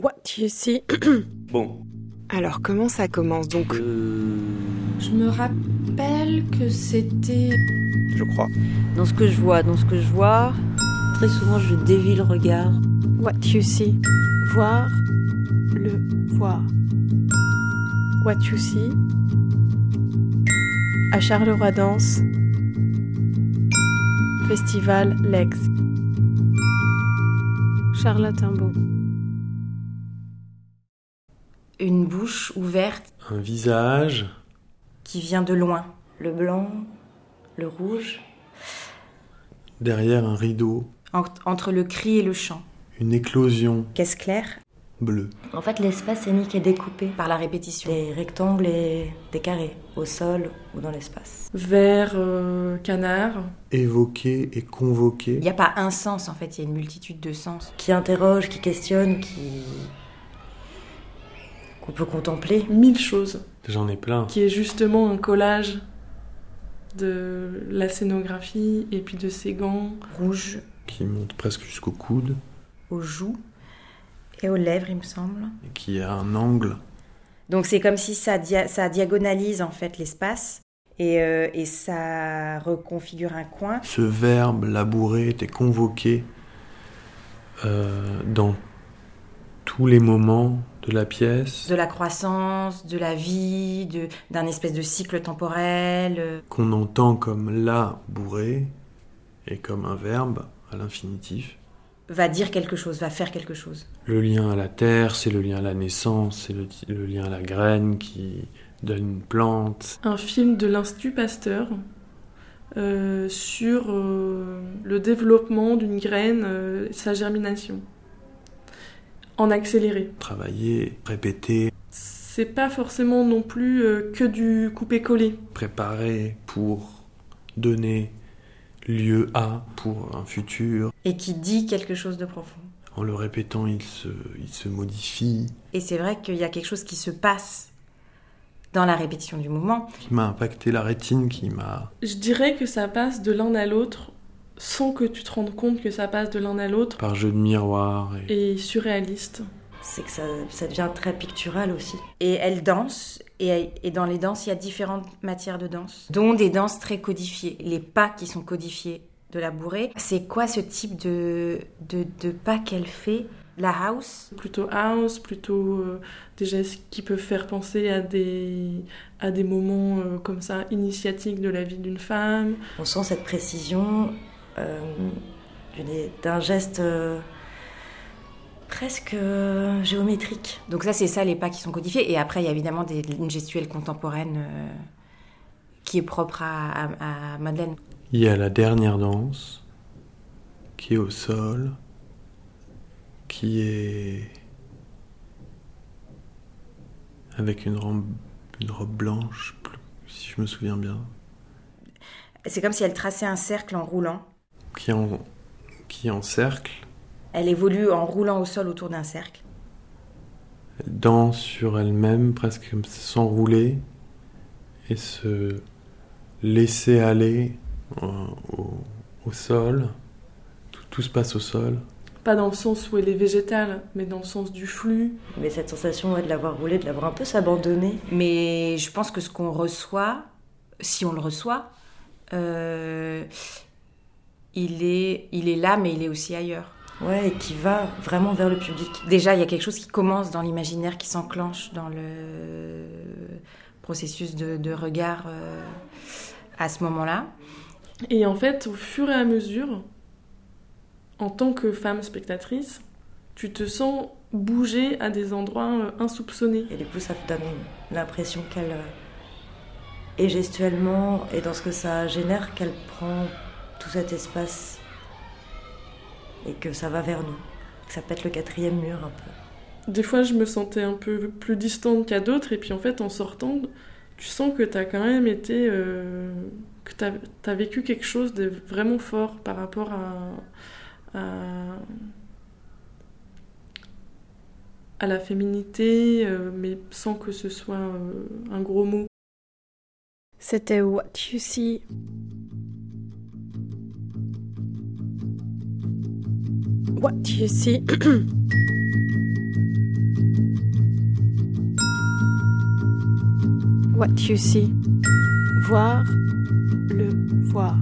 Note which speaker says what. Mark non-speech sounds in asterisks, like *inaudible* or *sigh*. Speaker 1: What you see
Speaker 2: Bon.
Speaker 3: Alors comment ça commence donc
Speaker 4: Je me rappelle que c'était.
Speaker 2: Je crois.
Speaker 5: Dans ce que je vois, dans ce que je vois, très souvent je dévie le regard.
Speaker 1: What you see Voir le voir. What you see À Charleroi Danse. Festival Lex. Charlotte Imbaud.
Speaker 6: Une bouche ouverte
Speaker 7: Un visage.
Speaker 6: qui vient de loin. Le blanc, le rouge,
Speaker 7: Derrière un rideau.
Speaker 6: en- entre le cri et le chant.
Speaker 7: Une éclosion
Speaker 6: Caisse claire
Speaker 7: bleue.
Speaker 5: En fait, l'espace scénique est découpé.
Speaker 6: Par la répétition. Des rectangles et des carrés, au sol ou dans l'espace.
Speaker 4: Vert, euh, canard.
Speaker 7: Évoquée et
Speaker 6: Il
Speaker 7: convoquée.
Speaker 6: n'y a pas un sens en fait, il y a une multitude de sens.
Speaker 5: Qui interroge, qui questionne, qui. qu'on peut contempler.
Speaker 4: Mille choses.
Speaker 7: J'en ai plein.
Speaker 4: Qui est justement un collage de la scénographie et puis de ses gants.
Speaker 6: Rouge
Speaker 7: Qui monte presque jusqu'au coude.
Speaker 6: aux joues et aux lèvres, il me semble.
Speaker 7: Et qui a un angle.
Speaker 6: Donc c'est comme si ça, dia- ça diagonalise en fait l'espace et, euh, et ça reconfigure un coin.
Speaker 7: Ce verbe labouré était convoqué euh, dans tous les moments de la pièce.
Speaker 6: De la croissance, de la vie, de- d'un espèce de cycle temporel. euh,
Speaker 7: qu'on entend comme la bourré et comme un verbe à l'infinitif.
Speaker 6: Va dire quelque chose, va faire quelque chose.
Speaker 7: Le lien à la terre, c'est le lien à la naissance, c'est le, le lien à la graine qui donne une plante.
Speaker 4: un film de l'Institut Pasteur euh, sur euh, le développement d'une graine, euh, sa germination, en accéléré.
Speaker 7: Travailler, répéter,
Speaker 4: C'est pas forcément non plus euh, que du coupé-collé.
Speaker 7: préparer pour donner lieu à, pour un futur.
Speaker 6: Et qui dit quelque chose de profond.
Speaker 7: En le répétant, il se, il se modifie.
Speaker 6: Et c'est vrai qu'il y a quelque chose qui se passe dans la répétition du mouvement.
Speaker 7: Qui m'a impacté la rétine, qui m'a...
Speaker 4: Je dirais que ça passe de l'un à l'autre sans que tu te rendes compte que ça passe de l'un à l'autre
Speaker 7: par jeu de miroir. Et...
Speaker 4: et surréaliste.
Speaker 5: C'est que ça, ça devient très pictural aussi.
Speaker 6: Et elle danse, et, et dans les danses, il y a différentes matières de danse, dont des danses très codifiées, les pas qui sont codifiés de la bourrée. C'est quoi ce type de, de, de pas qu'elle fait La house
Speaker 4: Plutôt house, plutôt euh, des gestes qui peuvent faire penser à des, à des moments euh, comme ça initiatiques de la vie d'une femme.
Speaker 5: On sent cette précision euh, d'une- d'un geste euh, presque euh, géométrique.
Speaker 6: Donc ça, c'est ça les pas qui sont codifiés. Et après, il y a évidemment des- une gestuelle contemporaine euh, qui est propre à, à- à Madeleine.
Speaker 7: Il y a la dernière danse, qui est au sol, qui est avec une robe, une robe blanche, plus- si je me souviens bien,
Speaker 6: C'est comme si elle traçait un cercle en roulant.
Speaker 7: qui est en, qui est en cercle,
Speaker 6: Elle évolue en roulant au sol autour d'un cercle.
Speaker 7: elle danse sur elle-même, presque comme s'enrouler et se laisser aller euh, au, au sol. Tout, tout se passe au sol.
Speaker 4: Pas dans le sens où elle est végétale, mais dans le sens du flux.
Speaker 5: Mais cette sensation ouais, de l'avoir roulé, de l'avoir un peu s'abandonner.
Speaker 6: Mais je pense que ce qu'on reçoit, si on le reçoit, euh, il, est, il est là, mais il est aussi ailleurs.
Speaker 5: Ouais, et qui va vraiment vers le public.
Speaker 6: Déjà, il y a quelque chose qui commence dans l'imaginaire, qui s'enclenche dans le processus de, de regard euh, à ce moment-là.
Speaker 4: Et en fait, au fur et à mesure, en tant que femme spectatrice, tu te sens bouger à des endroits euh, insoupçonnés.
Speaker 5: Et du coup, ça te donne l'impression qu'elle euh, est gestuellement et dans ce que ça génère, qu'elle prend tout cet espace et que ça va vers nous. Que ça pète le quatrième mur un peu.
Speaker 4: Des fois, je me sentais un peu plus distante qu'à d'autres, et puis en fait, en sortant, tu sens que t'as quand même été. euh, que t'as as vécu quelque chose de vraiment fort par rapport à. à, à la féminité, euh, mais sans que ce soit euh, un gros mot.
Speaker 1: C'était What You See *clears throat* What You See What you see. Voir le voir.